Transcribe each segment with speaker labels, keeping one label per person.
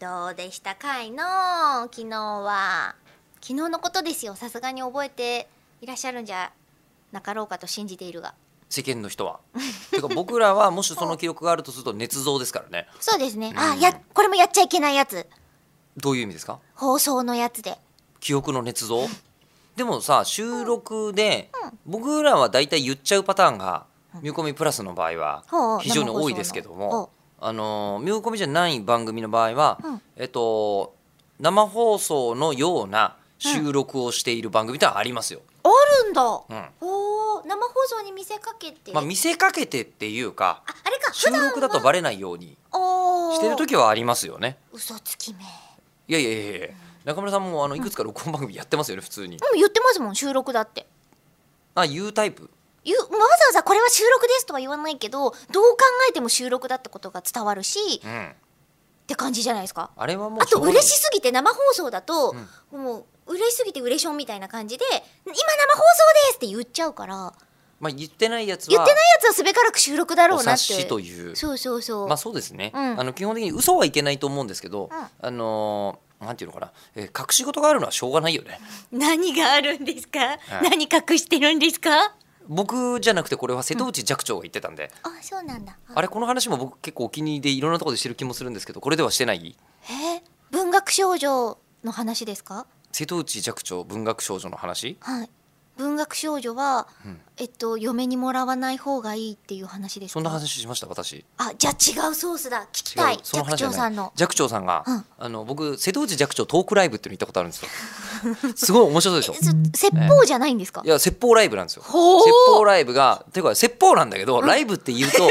Speaker 1: どうでしたかいの昨日は昨日のことですよさすがに覚えていらっしゃるんじゃなかろうかと信じているが
Speaker 2: 世間の人はてか僕らはもしその記録があるとすると捏造ですからね
Speaker 1: そうですね、あ
Speaker 2: うん
Speaker 1: やこれもやっちゃいけないやつ
Speaker 2: どういう意味ですか
Speaker 1: 放送のやつで
Speaker 2: 記憶の捏造でもさ収録で僕らは大体言っちゃうパターンが見込みプラスの場合
Speaker 1: ほう
Speaker 2: は非常に多いですけど
Speaker 1: 生放送のほ
Speaker 2: もあのー見込みじゃない番組の場合は
Speaker 1: うん
Speaker 2: えっと生放送のような収録をしている番組ってのはありますよ。
Speaker 1: あるんだ、
Speaker 2: うん
Speaker 1: おー生放送に見せかけて、
Speaker 2: まあ、
Speaker 1: あ、
Speaker 2: 見せかけてっていうか
Speaker 1: あれか
Speaker 2: 収録だとバレないように
Speaker 1: おー
Speaker 2: してる時はありますよね。
Speaker 1: 嘘つきめ
Speaker 2: いやいやいやいや中村さんもあのいくつか録音番組やってますよね普通に。
Speaker 1: うん言ってますもん収録だって
Speaker 2: あ言うタイプ
Speaker 1: 言うわざわざこれは収録ですとは言わないけどどう考えても収録だってことが伝わるし、っ
Speaker 2: うん
Speaker 1: て感じじゃないですか
Speaker 2: あれはもう
Speaker 1: あと
Speaker 2: しょうがない
Speaker 1: 嬉しすぎて生放送だと、もう嬉しすぎて嬉しょんみたいな感じで「今生放送です!」って言っちゃうから
Speaker 2: まあ、言ってないやつ
Speaker 1: 言
Speaker 2: は
Speaker 1: ってないやつはすべからく収録だろうなって
Speaker 2: お察しという
Speaker 1: そうそうそう、
Speaker 2: まあそうですね、
Speaker 1: うん
Speaker 2: あの基本的に嘘はいけないと思うんですけど、
Speaker 1: うん
Speaker 2: あのーなんていうのかな、えー隠し事があるのはしょうがないよね
Speaker 1: 何があるんですか、
Speaker 2: い
Speaker 1: 何隠してるんですか
Speaker 2: 僕じゃなくてこれは瀬戸内寂聴が言ってたんで、
Speaker 1: あそうなんだあ
Speaker 2: あれこの話も僕結構お気に入りでいろんなところでしてる気もするんですけどこれではしてない
Speaker 1: えー文学少女の話ですか
Speaker 2: 瀬戸内寂聴文学少女の話
Speaker 1: はい文学少女は、えっと嫁にもらわない方がいいっていう話ですか
Speaker 2: そんな話しました私
Speaker 1: あじゃあ違うソースだ聞き
Speaker 2: 違う
Speaker 1: たい
Speaker 2: その話じゃ
Speaker 1: 寂聴さ
Speaker 2: なんい
Speaker 1: の
Speaker 2: 寂聴さんが、
Speaker 1: うん
Speaker 2: あの僕瀬戸内寂聴トークライブっていうの行ったことあるんですよすごい面白 いでしょ
Speaker 1: そ説法じゃないんですか、
Speaker 2: いや説法ライブなんですよ説
Speaker 1: ほう
Speaker 2: 法ライブがていうか説法なんだけど、ライブって言 うと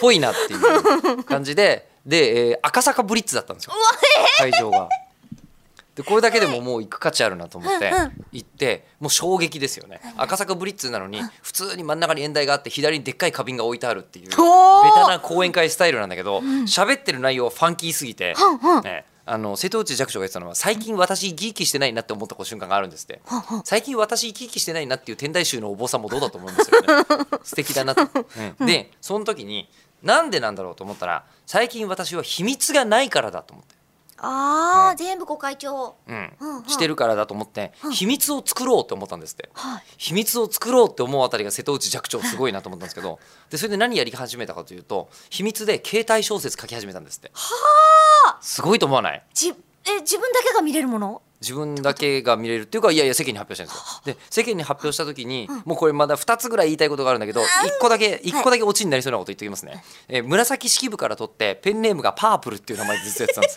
Speaker 2: ぽいなっていう感じでで、えー赤坂ブリッツだったんですよ会場が。でこれだけでももう行く価値あるなと思って
Speaker 1: うんう
Speaker 2: 行ってもう衝撃ですよね赤坂ブリッツなのに普通に真ん中に演台があって左にでっかい花瓶が置いてあるっていうベ
Speaker 1: ほう
Speaker 2: タな講演会スタイルなんだけど喋ってる内容はファンキーすぎて
Speaker 1: うんうん
Speaker 2: ねあの瀬戸内寂聴が言ってたのは最近私生き生きしてないなって思った瞬間があるんですって
Speaker 1: はあはあ
Speaker 2: 最近私生き生きしてないなっていう天台宗のお坊さんもどうだと思いますよね素敵だなと、うんでその時になんでなんだろうと思ったら最近私は秘密がないからだと思って、
Speaker 1: あー、全部ご会長
Speaker 2: うん
Speaker 1: うんうん
Speaker 2: してるからだと思って秘密を作ろうって思ったんですって
Speaker 1: はい
Speaker 2: 秘密を作ろうって思うあたりが瀬戸内寂聴すごいなと思ったんですけどでそれで何やり始めたかというと秘密で携帯小説書き始めたんですってすごいと思わない
Speaker 1: じえ自分だけが見れるもの
Speaker 2: 自分だけが見れるっていうかいやいや世間に発表したんですよで世間に発表した時にもうこれまだ2つぐらい言いたいことがあるんだけど1個だけ一個だけオチになりそうなこと言っておきますね、えー紫式部から取ってペンネームがパープルっていう名前でずっとやってたんですよ